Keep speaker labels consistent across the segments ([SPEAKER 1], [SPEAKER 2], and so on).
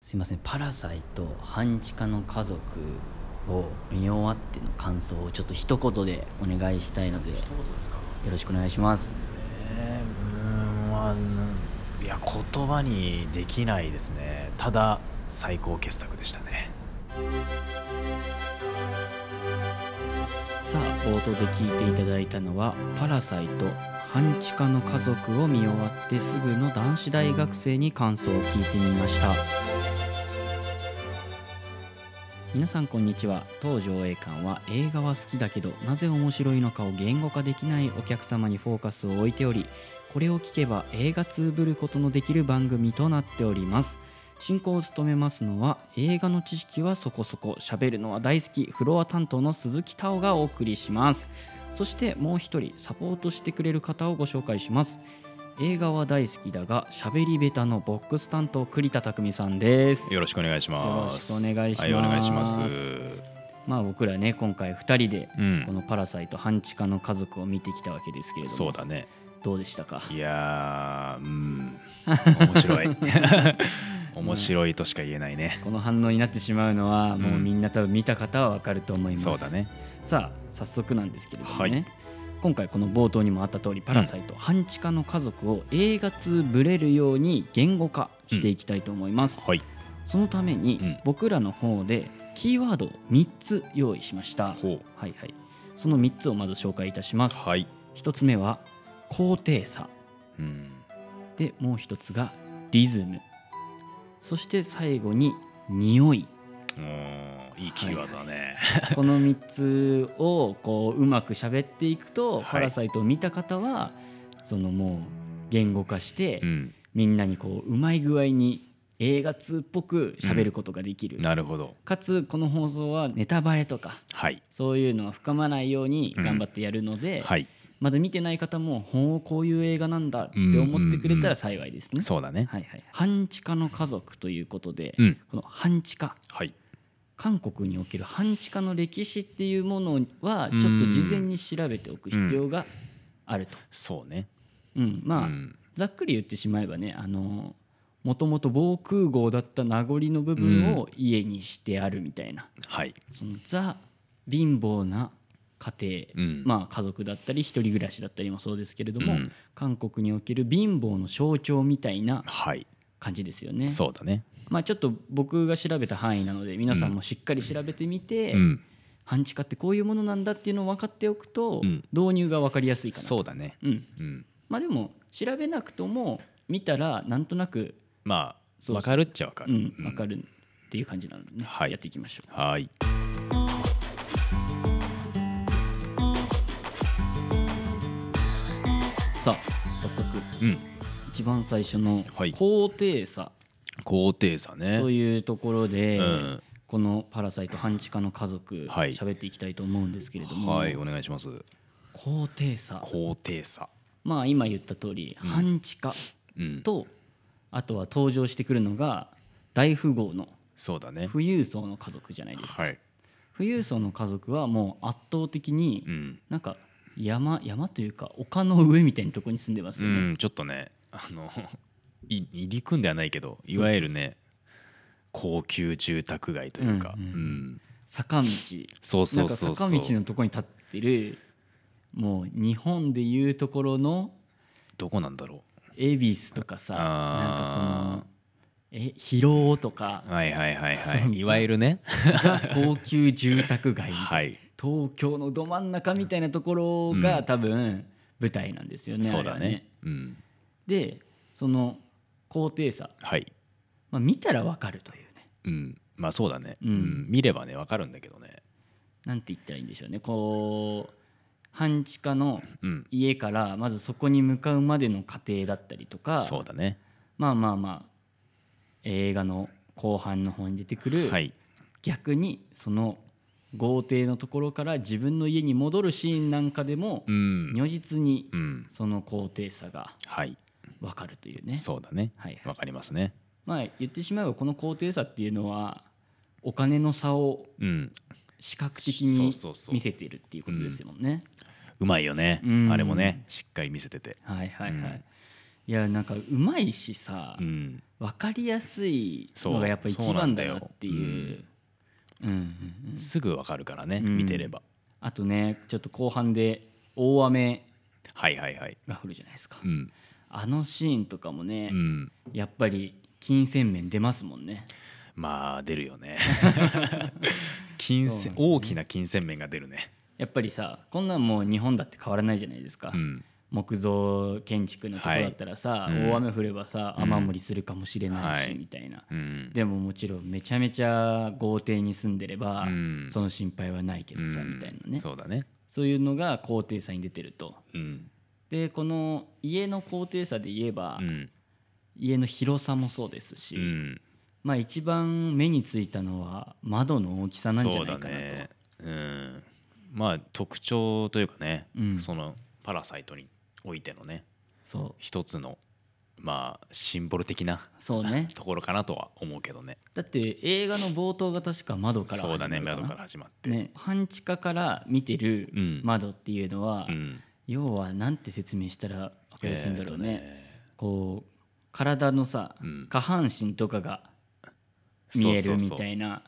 [SPEAKER 1] すいません「パラサイト半地下の家族」を見終わっての感想をちょっと一言でお願いしたいのでよ
[SPEAKER 2] 一言ですか
[SPEAKER 1] ろしくお願いします
[SPEAKER 2] えー、うーんまあうんいや言葉にできないですねただ最高傑作でしたね
[SPEAKER 1] さあ冒頭で聞いていただいたのは「パラサイト半地下の家族」を見終わってすぐの男子大学生に感想を聞いてみました皆さんこんにちは当上映館は映画は好きだけどなぜ面白いのかを言語化できないお客様にフォーカスを置いておりこれを聞けば映画通ぶることのできる番組となっております進行を務めますのは映画の知識はそこそこ喋るのは大好きフロア担当の鈴木太郎がお送りしますそしてもう一人サポートしてくれる方をご紹介します映画は大好きだが喋り下手のボックス担当栗田匠さんです
[SPEAKER 3] よろしくお願いします。
[SPEAKER 1] よろしくお願いします
[SPEAKER 3] はい、お願いします。
[SPEAKER 1] まあ僕らね今回2人で
[SPEAKER 3] うん
[SPEAKER 1] この「パラサイト半地下の家族」を見てきたわけですけれども
[SPEAKER 3] そうだね。
[SPEAKER 1] どうでしたか
[SPEAKER 3] いや ー、うん、面白い。 面白いとしか言えないね。
[SPEAKER 1] この反応になってしまうのはもううんみんな多分見た方はわかると思います、
[SPEAKER 3] そうだね。
[SPEAKER 1] さあ早速なんですけれどもね、
[SPEAKER 3] はい
[SPEAKER 1] 今回この冒頭にもあった通り「パラサイト半地下の家族」を映画通ぶれるように言語化していきたいと思います、
[SPEAKER 3] はい。
[SPEAKER 1] そのため
[SPEAKER 3] う
[SPEAKER 1] に
[SPEAKER 3] ん
[SPEAKER 1] 僕らの方でキーワードを3つ用意しました、
[SPEAKER 3] ほ
[SPEAKER 1] はいはいその3つをまず紹介いたしま
[SPEAKER 3] う。
[SPEAKER 1] す、
[SPEAKER 3] はい。
[SPEAKER 1] 1つ目は高低差
[SPEAKER 3] うん。
[SPEAKER 1] でもう1つがリズムそして最後に匂 い
[SPEAKER 3] おーいいキーワードだね。
[SPEAKER 1] この3つをこううまく喋っていくと「
[SPEAKER 3] はい
[SPEAKER 1] パラサイト」を見た方はそのもう言語化して
[SPEAKER 3] うん。
[SPEAKER 1] みんなにこううまい具合に映画通っぽく喋ることができる、
[SPEAKER 3] なるほど。
[SPEAKER 1] かつこの放送はネタバレとか
[SPEAKER 3] はい。
[SPEAKER 1] そういうのは深まないように頑張ってやるので、
[SPEAKER 3] はい。
[SPEAKER 1] まだ見てない方も「ほうこういう映画なんだ」って思ってくれたら幸いですね。
[SPEAKER 3] そうだね。
[SPEAKER 1] はいはい、半地下の家族ということで、
[SPEAKER 3] うん。
[SPEAKER 1] この半地下
[SPEAKER 3] はい。
[SPEAKER 1] 韓国における半地下の歴史っていうものはちょっと事前に調べておく必要があると、
[SPEAKER 3] そうね。
[SPEAKER 1] うんまあ、
[SPEAKER 3] うん
[SPEAKER 1] ざっくり言ってしまえばねもともと防空壕だった名残の部分を家にしてあるみたいな、
[SPEAKER 3] はい。
[SPEAKER 1] そのザ貧乏な家庭、
[SPEAKER 3] うん
[SPEAKER 1] まあ家族だったり一人暮らしだったりもそうですけれども、
[SPEAKER 3] うん
[SPEAKER 1] 韓国における貧乏の象徴みたいな
[SPEAKER 3] はい。
[SPEAKER 1] 感じですよね。
[SPEAKER 3] そうだね。
[SPEAKER 1] まあ、ちょっと僕が調べた範囲なので皆さんもしっかり調べてみて、
[SPEAKER 3] うん。
[SPEAKER 1] 半地下ってこういうものなんだっていうのを分かっておくと、
[SPEAKER 3] うん
[SPEAKER 1] 導入が分かりやすいかな
[SPEAKER 3] そうだね。
[SPEAKER 1] う、ん、
[SPEAKER 3] うん。
[SPEAKER 1] まあでも調べなくとも見たらなんとなく、
[SPEAKER 3] ま
[SPEAKER 1] そうそ
[SPEAKER 3] あ、
[SPEAKER 1] う
[SPEAKER 3] わかるっちゃわか
[SPEAKER 1] う
[SPEAKER 3] る。
[SPEAKER 1] ん、分かるっていう感じなのでね、
[SPEAKER 3] はい
[SPEAKER 1] やっていきましょう。
[SPEAKER 3] はい。
[SPEAKER 1] さあ早速
[SPEAKER 3] うん。
[SPEAKER 1] 一番最初の
[SPEAKER 3] はい
[SPEAKER 1] 高低差
[SPEAKER 3] 高低差ね。
[SPEAKER 1] というところで、
[SPEAKER 3] うん
[SPEAKER 1] この「パラサイト半地下の家族」
[SPEAKER 3] はい
[SPEAKER 1] 喋っていきたいと思うんですけれども、
[SPEAKER 3] はい、お願いします。
[SPEAKER 1] 高低差
[SPEAKER 3] 高低差。
[SPEAKER 1] まあ今言った通り半地下
[SPEAKER 3] うん。
[SPEAKER 1] と、あとは登場してくるのが大富豪の
[SPEAKER 3] そうだね。
[SPEAKER 1] 富裕層の家族じゃないですか
[SPEAKER 3] はい。
[SPEAKER 1] 富裕層の家族はもう圧倒的に
[SPEAKER 3] うん。
[SPEAKER 1] なんか山山というか丘の上みたいなところに住んでます
[SPEAKER 3] う
[SPEAKER 1] よね、
[SPEAKER 3] ん、ちょっとね、あの、 い入り組んではないけど、いわゆるね、高級住宅街というか、
[SPEAKER 1] う
[SPEAKER 3] うんん
[SPEAKER 1] うん坂道
[SPEAKER 3] そう
[SPEAKER 1] な
[SPEAKER 3] そ
[SPEAKER 1] ん
[SPEAKER 3] う
[SPEAKER 1] か
[SPEAKER 3] そう
[SPEAKER 1] 坂
[SPEAKER 3] そう
[SPEAKER 1] 道。のところに立ってるもう日本でいうところの
[SPEAKER 3] どこなんだろ
[SPEAKER 1] 恵比寿とかさ
[SPEAKER 3] あー
[SPEAKER 1] なんかそのえ広尾とか
[SPEAKER 3] う。はいはいはいは
[SPEAKER 1] そう
[SPEAKER 3] い。いわゆるね、
[SPEAKER 1] ザ高級住宅街みたいな
[SPEAKER 3] はい。
[SPEAKER 1] 東京のど真ん中みたいなところが
[SPEAKER 3] うん
[SPEAKER 1] 多分舞台なんですよね。
[SPEAKER 3] そう
[SPEAKER 1] あれ
[SPEAKER 3] だ
[SPEAKER 1] は
[SPEAKER 3] ね。うん。
[SPEAKER 1] でその高低差、
[SPEAKER 3] はい。
[SPEAKER 1] まあ、見たらわかるというね
[SPEAKER 3] うん。まあそうだね。
[SPEAKER 1] うん
[SPEAKER 3] うん見ればね、わかるんだけどね。
[SPEAKER 1] なんて言ったらいいんでしょうねこう半地下の
[SPEAKER 3] うん。
[SPEAKER 1] 家からまずそこに向かうまでの過程だったりとか
[SPEAKER 3] そうだね。
[SPEAKER 1] まあまあまあ映画の後半の方に出てくる、
[SPEAKER 3] はい。
[SPEAKER 1] 逆にその豪邸のところから自分の家に戻るシーンなんかでも
[SPEAKER 3] うん。
[SPEAKER 1] 如実に
[SPEAKER 3] うん。
[SPEAKER 1] その高低差が
[SPEAKER 3] はい。
[SPEAKER 1] わかるというね。
[SPEAKER 3] そうだね。
[SPEAKER 1] はいはい
[SPEAKER 3] わかりますね。
[SPEAKER 1] まあ言ってしまえばこの高低差っていうのはお金の差を
[SPEAKER 3] うん。
[SPEAKER 1] 視覚的に
[SPEAKER 3] そうそうそう
[SPEAKER 1] 見せているっていうことですもんね。
[SPEAKER 3] うまいよね、
[SPEAKER 1] うん
[SPEAKER 3] あれもねしっかり見せてて
[SPEAKER 1] はいはいはい。
[SPEAKER 3] うん
[SPEAKER 1] いやなんかうまいしさ、
[SPEAKER 3] うん
[SPEAKER 1] 分かりやすい
[SPEAKER 3] そう
[SPEAKER 1] のがやっぱ一番だよっていう。うんうんうん
[SPEAKER 3] すぐわかるからね、
[SPEAKER 1] うん
[SPEAKER 3] 見てれば
[SPEAKER 1] あとねちょっと後半で大雨
[SPEAKER 3] はいはいはい
[SPEAKER 1] が降るじゃないですか、
[SPEAKER 3] うん、
[SPEAKER 1] あのシーンとかもね、
[SPEAKER 3] うん、
[SPEAKER 1] やっぱり金銭面出ますもんね
[SPEAKER 3] まあ出るよ ね金
[SPEAKER 1] そうなんですよ
[SPEAKER 3] 銭、
[SPEAKER 1] ね
[SPEAKER 3] 大きな金銭面が出るね
[SPEAKER 1] やっぱりさこんなんもう日本だって変わらないじゃないですか、
[SPEAKER 3] うん
[SPEAKER 1] 木造建築のとこだったらさ、
[SPEAKER 3] はいうん
[SPEAKER 1] 大雨降ればさ
[SPEAKER 3] うん
[SPEAKER 1] 雨漏りするかもしれないし、
[SPEAKER 3] はい
[SPEAKER 1] みたいな
[SPEAKER 3] うん
[SPEAKER 1] でももちろんめちゃめちゃ豪邸に住んでれば、
[SPEAKER 3] うん
[SPEAKER 1] その心配はないけどさ、
[SPEAKER 3] うん
[SPEAKER 1] みたいなねそ
[SPEAKER 3] そうだね
[SPEAKER 1] ういうのが高低差に出てると
[SPEAKER 3] うん
[SPEAKER 1] でこの家の高低差で言えば、
[SPEAKER 3] うん
[SPEAKER 1] 家の広さもそうですし、
[SPEAKER 3] うん
[SPEAKER 1] まあ一番目についたのは窓の大きさなんじゃないかなと、
[SPEAKER 3] そうだねうんまあ特徴というかね、
[SPEAKER 1] うん
[SPEAKER 3] そのパラサイトにおいてのね
[SPEAKER 1] そう
[SPEAKER 3] 一つのまあシンボル的な
[SPEAKER 1] そうね
[SPEAKER 3] ところかなとは思うけどね
[SPEAKER 1] だって映画の冒頭が確か窓から
[SPEAKER 3] そうだね
[SPEAKER 1] 始まる
[SPEAKER 3] 窓
[SPEAKER 1] な
[SPEAKER 3] から始まって、
[SPEAKER 1] ね、半地下から見てる
[SPEAKER 3] うん
[SPEAKER 1] 窓っていうのは、
[SPEAKER 3] うん
[SPEAKER 1] 要はなんて説明したら分かりやすいんだろうね,、
[SPEAKER 3] えーとね
[SPEAKER 1] こう体のさ、
[SPEAKER 3] うん
[SPEAKER 1] 下半身とかが見えるみたいな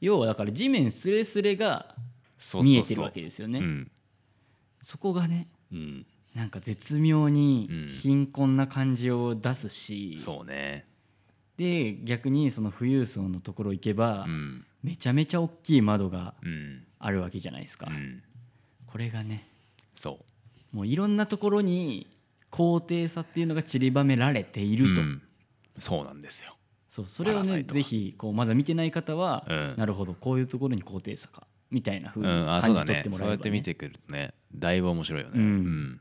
[SPEAKER 1] 要はだから地面すれすれが
[SPEAKER 3] そうそうそう
[SPEAKER 1] 見えてるわけですよね
[SPEAKER 3] ね
[SPEAKER 1] そこがね
[SPEAKER 3] うん、うん
[SPEAKER 1] なんか絶妙に
[SPEAKER 3] うん
[SPEAKER 1] 貧困な感じを出すし、
[SPEAKER 3] そうね
[SPEAKER 1] で逆にその富裕層のところ行けば、
[SPEAKER 3] うん
[SPEAKER 1] めちゃめちゃ大きい窓が
[SPEAKER 3] うん
[SPEAKER 1] あるわけじゃないですか、
[SPEAKER 3] うん
[SPEAKER 1] これがね
[SPEAKER 3] そう
[SPEAKER 1] もういろんなところに高低差っていうのが散りばめられていると、
[SPEAKER 3] うんそうなんですよ
[SPEAKER 1] そうそれを
[SPEAKER 3] パラサ
[SPEAKER 1] ね
[SPEAKER 3] イトは
[SPEAKER 1] ぜひこうまだ見てない方は、
[SPEAKER 3] うん
[SPEAKER 1] なるほどこういうところに高低差かみたいな
[SPEAKER 3] う
[SPEAKER 1] 風に
[SPEAKER 3] んあそ
[SPEAKER 1] 感
[SPEAKER 3] う
[SPEAKER 1] じ取
[SPEAKER 3] だ
[SPEAKER 1] っ
[SPEAKER 3] ね
[SPEAKER 1] ても
[SPEAKER 3] そ
[SPEAKER 1] ら
[SPEAKER 3] う
[SPEAKER 1] えれ
[SPEAKER 3] やっ
[SPEAKER 1] ば、
[SPEAKER 3] て
[SPEAKER 1] ね
[SPEAKER 3] 見てくるとねだいぶ面白いよね
[SPEAKER 1] うん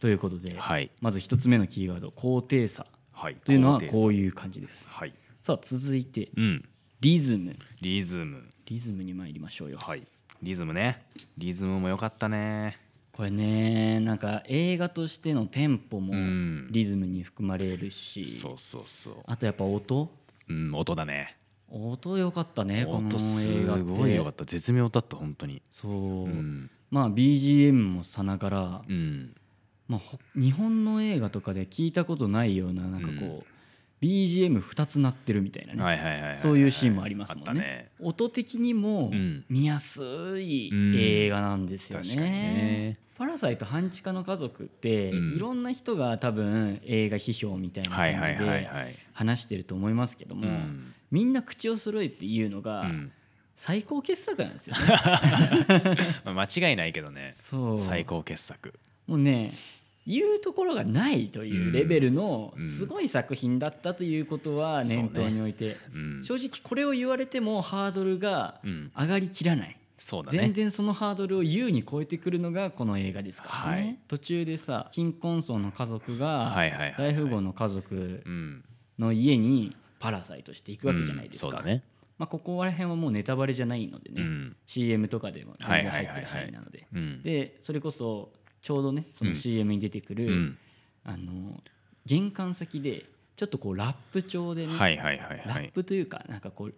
[SPEAKER 1] ということで、
[SPEAKER 3] うんはい
[SPEAKER 1] まず一つ目のキーワード高低差
[SPEAKER 3] はい
[SPEAKER 1] というのは
[SPEAKER 3] う
[SPEAKER 1] こういう感じです
[SPEAKER 3] はい
[SPEAKER 1] さあ続いて
[SPEAKER 3] うん
[SPEAKER 1] リズム
[SPEAKER 3] リズム
[SPEAKER 1] リズムに参りましょうよ
[SPEAKER 3] はいリズムねリズムも良かったね
[SPEAKER 1] これねなんか映画としてのテンポも
[SPEAKER 3] うん
[SPEAKER 1] リズムに含まれるし、
[SPEAKER 3] そうそうそ
[SPEAKER 1] あとやっぱ音
[SPEAKER 3] ううん音だね
[SPEAKER 1] 音良かったねこの
[SPEAKER 3] 音す
[SPEAKER 1] 映画って
[SPEAKER 3] ごい良かった絶妙だった本当に
[SPEAKER 1] そう、
[SPEAKER 3] うん
[SPEAKER 1] まあ BGM もさながら、
[SPEAKER 3] うん
[SPEAKER 1] まあ、ほ日本の映画とかで聞いたことないようななんかこう、BGM2 つ鳴ってるみたいなね、
[SPEAKER 3] はいはいはいはいはい
[SPEAKER 1] そういうシーンもありますもんね
[SPEAKER 3] あったね
[SPEAKER 1] 音的にも
[SPEAKER 3] うん
[SPEAKER 1] 見やすい
[SPEAKER 3] うん
[SPEAKER 1] 映画なんですよね。
[SPEAKER 3] 確かにね
[SPEAKER 1] パラサイト半地下の家族って、
[SPEAKER 3] うん
[SPEAKER 1] いろんな人が多分映画批評みたいな
[SPEAKER 3] はいはい
[SPEAKER 1] 感じ
[SPEAKER 3] はい
[SPEAKER 1] で
[SPEAKER 3] はい
[SPEAKER 1] 話してると思いますけども、
[SPEAKER 3] うん
[SPEAKER 1] みんな口を揃えて言うの
[SPEAKER 3] う
[SPEAKER 1] が
[SPEAKER 3] ん
[SPEAKER 1] 最高傑作なんですよ ね。
[SPEAKER 3] まあ間違いないけどね
[SPEAKER 1] そう
[SPEAKER 3] 最高傑作
[SPEAKER 1] もうね言うところがないというレベルの
[SPEAKER 3] うん
[SPEAKER 1] すごい作品だったということは
[SPEAKER 3] そうね
[SPEAKER 1] 念頭において、
[SPEAKER 3] うん
[SPEAKER 1] 正直これを言われてもハードルが
[SPEAKER 3] うん
[SPEAKER 1] 上がりきらない、
[SPEAKER 3] そうだ
[SPEAKER 1] 全
[SPEAKER 3] ね
[SPEAKER 1] 然そのハードルを優に超えてくるのがこの映画ですからね、
[SPEAKER 3] はい
[SPEAKER 1] 途中でさ貧困層の家族
[SPEAKER 3] は
[SPEAKER 1] が
[SPEAKER 3] いはいはい
[SPEAKER 1] 大富豪の家族
[SPEAKER 3] うん
[SPEAKER 1] の家にパラサイトしていくわけじゃないですか、
[SPEAKER 3] うんそうだね
[SPEAKER 1] まあ、ここら辺はもうネタバレじゃないのでね、
[SPEAKER 3] うん
[SPEAKER 1] CM とかでも全然入ってる
[SPEAKER 3] はいはいはい
[SPEAKER 1] 範
[SPEAKER 3] はい
[SPEAKER 1] 囲なので。
[SPEAKER 3] うん
[SPEAKER 1] でそれこそちょうどねそうの
[SPEAKER 3] ん
[SPEAKER 1] CM に出てくる、
[SPEAKER 3] うん
[SPEAKER 1] あの玄関先でちょっとこうラップ調でね、
[SPEAKER 3] はいはいはい
[SPEAKER 1] ラ
[SPEAKER 3] は
[SPEAKER 1] ッ
[SPEAKER 3] い
[SPEAKER 1] プというかなんかこう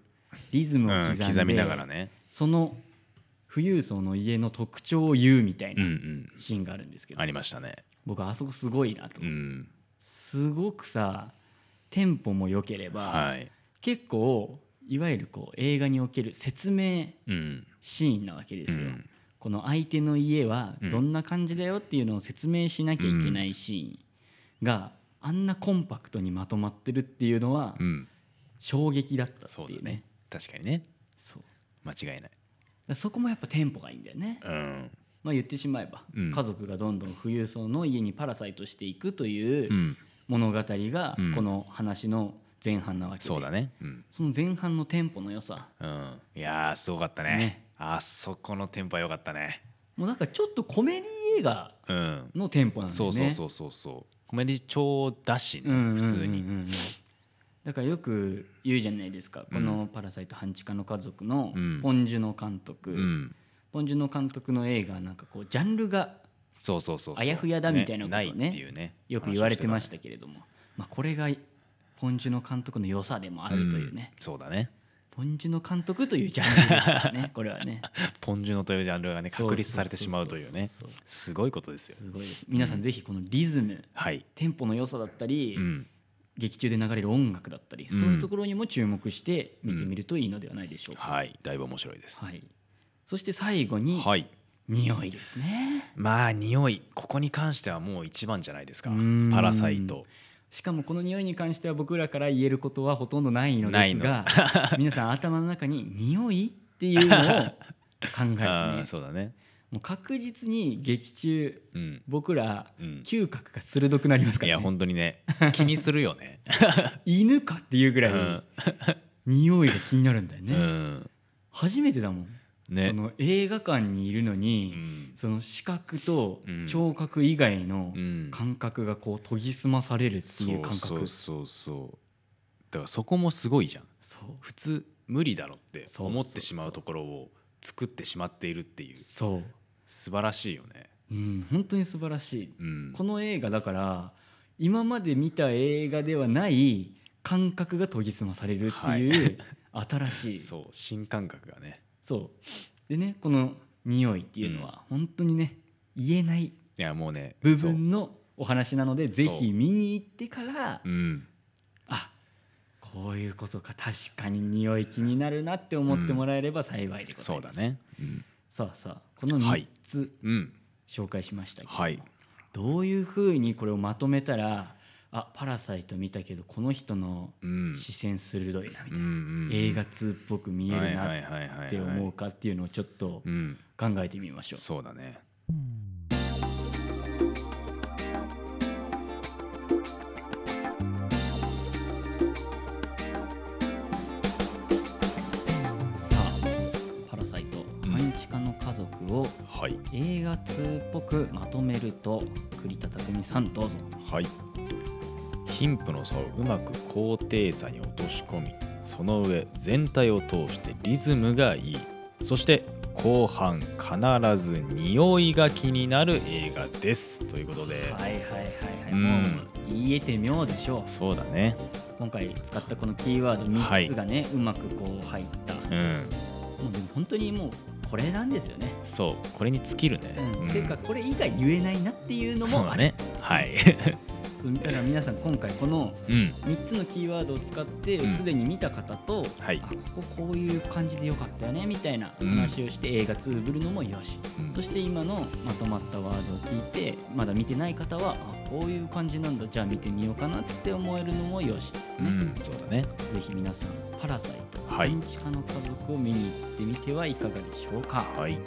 [SPEAKER 1] リズムを
[SPEAKER 3] う
[SPEAKER 1] 刻ん
[SPEAKER 3] ん
[SPEAKER 1] で、
[SPEAKER 3] 刻みながらね
[SPEAKER 1] その富裕層の家の特徴を言うみたい
[SPEAKER 3] うんう
[SPEAKER 1] なんシーンがあるんですけど、
[SPEAKER 3] ありましたね
[SPEAKER 1] 僕あそこすごいなと、
[SPEAKER 3] うん
[SPEAKER 1] すごくさテンポも良ければ、
[SPEAKER 3] はい
[SPEAKER 1] 結構いわゆるこう映画における説明
[SPEAKER 3] うん
[SPEAKER 1] シーンなわけですよ、
[SPEAKER 3] うん
[SPEAKER 1] この相手の家は
[SPEAKER 3] うん
[SPEAKER 1] どんな感じだよっていうのを説明しなきゃいけないシーンがあんなコンパクトにまとまってるっていうのは
[SPEAKER 3] うん
[SPEAKER 1] 衝撃だった
[SPEAKER 3] そ
[SPEAKER 1] っ
[SPEAKER 3] う
[SPEAKER 1] てい
[SPEAKER 3] だ
[SPEAKER 1] うね
[SPEAKER 3] ね確かにね
[SPEAKER 1] そうだか
[SPEAKER 3] 間違いない
[SPEAKER 1] らそこもやっぱテンポがいいんだよね、
[SPEAKER 3] うん
[SPEAKER 1] まあ言ってしまえば、
[SPEAKER 3] うん
[SPEAKER 1] 家族がどんどん富裕層の家にパラサイトしていくというう
[SPEAKER 3] う
[SPEAKER 1] ん物語が
[SPEAKER 3] うん
[SPEAKER 1] この話の前半なわけで、
[SPEAKER 3] そうだねうん
[SPEAKER 1] その前半のテンポの良さ
[SPEAKER 3] うんいやーすごかったね
[SPEAKER 1] ね
[SPEAKER 3] あそこのテンポは良かったね
[SPEAKER 1] もうなんかちょっとコメディ映画
[SPEAKER 3] うん
[SPEAKER 1] のテンポなんだよ
[SPEAKER 3] そ
[SPEAKER 1] ね
[SPEAKER 3] うそうそうそうそうコメディ調だし
[SPEAKER 1] うんうんうんう
[SPEAKER 3] ね
[SPEAKER 1] ん
[SPEAKER 3] 普通に
[SPEAKER 1] だからよく言うじゃないですか、
[SPEAKER 3] うん
[SPEAKER 1] この「パラサイト半地下の家族」の
[SPEAKER 3] うん
[SPEAKER 1] ポン・ジュノ監督、
[SPEAKER 3] うん
[SPEAKER 1] ポン・ジュノ監督の映画はなんかこうジャンルが
[SPEAKER 3] そうそうそうそう
[SPEAKER 1] あやふやだみたいなことね
[SPEAKER 3] ないっていうね
[SPEAKER 1] よく言われてましたたけれども、まあ、これがポン・ジュノ監督の良さでもあるというね、
[SPEAKER 3] そうだね
[SPEAKER 1] ポン・ジュノ監督というジャンルですから ねこれはね
[SPEAKER 3] ポンジュノというジャンルがね確立されてしまうというね
[SPEAKER 1] そうそうそう
[SPEAKER 3] すごいことですよ
[SPEAKER 1] そうすごいです皆さんぜひこのリズム、
[SPEAKER 3] はい
[SPEAKER 1] テンポの良さだったり、
[SPEAKER 3] うん
[SPEAKER 1] 劇中で流れる音楽だったり、
[SPEAKER 3] うん
[SPEAKER 1] そういうところにも注目して見てみるといいのではないでしょうか、
[SPEAKER 3] はいだいぶ面白いです
[SPEAKER 1] はい、そして最後に、
[SPEAKER 3] はい
[SPEAKER 1] 匂いですね
[SPEAKER 3] まあ匂いここに関してはもう一番じゃないですか
[SPEAKER 1] うーん
[SPEAKER 3] パラサイト
[SPEAKER 1] しかもこの匂いに関しては僕らから言えることはほとんどないのですが 皆さん頭の中に匂いっていうのを考えて
[SPEAKER 3] あ
[SPEAKER 1] ね
[SPEAKER 3] あそうだね
[SPEAKER 1] もう確実に劇中
[SPEAKER 3] うん
[SPEAKER 1] 僕ら
[SPEAKER 3] うん
[SPEAKER 1] 嗅覚が鋭くなりますか
[SPEAKER 3] い
[SPEAKER 1] ら、
[SPEAKER 3] や
[SPEAKER 1] ね、
[SPEAKER 3] 本当 にね気にするよね
[SPEAKER 1] 犬かっていうぐ
[SPEAKER 3] う
[SPEAKER 1] らい
[SPEAKER 3] ん
[SPEAKER 1] 匂いが気になるんだよね、
[SPEAKER 3] うん
[SPEAKER 1] 初めてだもん、
[SPEAKER 3] ね
[SPEAKER 1] その映画館にいるの
[SPEAKER 3] う
[SPEAKER 1] に、
[SPEAKER 3] ん
[SPEAKER 1] その視覚と
[SPEAKER 3] うん
[SPEAKER 1] 聴覚以外の
[SPEAKER 3] うん
[SPEAKER 1] 感覚がこう研ぎ澄まされるっていう感覚
[SPEAKER 3] そうそうそうそうだからそこもすごいじゃん
[SPEAKER 1] そう
[SPEAKER 3] 普通無理だろって
[SPEAKER 1] そう
[SPEAKER 3] 思っ
[SPEAKER 1] そう
[SPEAKER 3] てしまうところを作ってしまっているっていう
[SPEAKER 1] そう
[SPEAKER 3] 素晴らしいよね
[SPEAKER 1] うん、本当に素晴らしい
[SPEAKER 3] うん
[SPEAKER 1] この映画だから今まで見た映画ではない感覚が研ぎ澄まされるっていう、新しいそう
[SPEAKER 3] そう新感覚がね
[SPEAKER 1] でねこの匂いっていうのは本当にね言えない
[SPEAKER 3] いやもうね
[SPEAKER 1] 部
[SPEAKER 3] そう
[SPEAKER 1] 分のお話なのでぜひ見に行ってから
[SPEAKER 3] うん
[SPEAKER 1] あこういうことか確かに匂い気になるなって思ってもらえれば幸いでございます、
[SPEAKER 3] そうだねうん
[SPEAKER 1] さあさあこの
[SPEAKER 3] は
[SPEAKER 1] 3
[SPEAKER 3] い
[SPEAKER 1] つ
[SPEAKER 3] うん
[SPEAKER 1] 紹介しましたけども、
[SPEAKER 3] はい
[SPEAKER 1] どういうふうにこれをまとめたらあパラサイト見たけどこの人の
[SPEAKER 3] うん
[SPEAKER 1] 視線鋭いなみたいな、映
[SPEAKER 3] 映
[SPEAKER 1] 画通っぽく見えるなっ
[SPEAKER 3] な
[SPEAKER 1] て思うかっていうのをちょっと
[SPEAKER 3] うん
[SPEAKER 1] 考えてみましょう。
[SPEAKER 3] そうだね
[SPEAKER 1] さあパラサイト
[SPEAKER 3] ん
[SPEAKER 1] 半地下の家族を
[SPEAKER 3] はい
[SPEAKER 1] 映画通っぽくまとめると栗田匠さんどうぞ。
[SPEAKER 3] はい貧富の差をうまく高低差に落とし込みその上全体を通してリズムがいいそして後半必ず匂いが気になる映画ですということで、
[SPEAKER 1] はいはいはいはい、
[SPEAKER 3] うん
[SPEAKER 1] もう言えて妙でしょう
[SPEAKER 3] そうだね
[SPEAKER 1] 今回使ったこのキーワード3つがね、うまくこう入った
[SPEAKER 3] うん
[SPEAKER 1] もうでも本当にもうこれなんですよね。
[SPEAKER 3] そうこれに尽きるね、
[SPEAKER 1] うん
[SPEAKER 3] ん
[SPEAKER 1] っていうかこれ以外言えないなっていうの
[SPEAKER 3] そう
[SPEAKER 1] もあ
[SPEAKER 3] だ
[SPEAKER 1] る
[SPEAKER 3] ねはい
[SPEAKER 1] そうだから皆さん今回この
[SPEAKER 3] うん
[SPEAKER 1] 3つのキーワードを使って
[SPEAKER 3] うん
[SPEAKER 1] すでに見た方と、
[SPEAKER 3] はい
[SPEAKER 1] あ こここういう感じでよかったよねみたいな
[SPEAKER 3] うん
[SPEAKER 1] 話をして映画通ぶるのもよし、
[SPEAKER 3] うん
[SPEAKER 1] そして今のまとまったワードを聞いてまだ見てない方はあこういう感じなんだじゃあ見てみようかなって思えるのもよしです
[SPEAKER 3] う
[SPEAKER 1] ね、
[SPEAKER 3] んそうだね
[SPEAKER 1] ぜひ皆さん「パラサイト
[SPEAKER 3] はい
[SPEAKER 1] 半地下の家族」を見に行ってみてはいかがでしょうか。
[SPEAKER 3] はい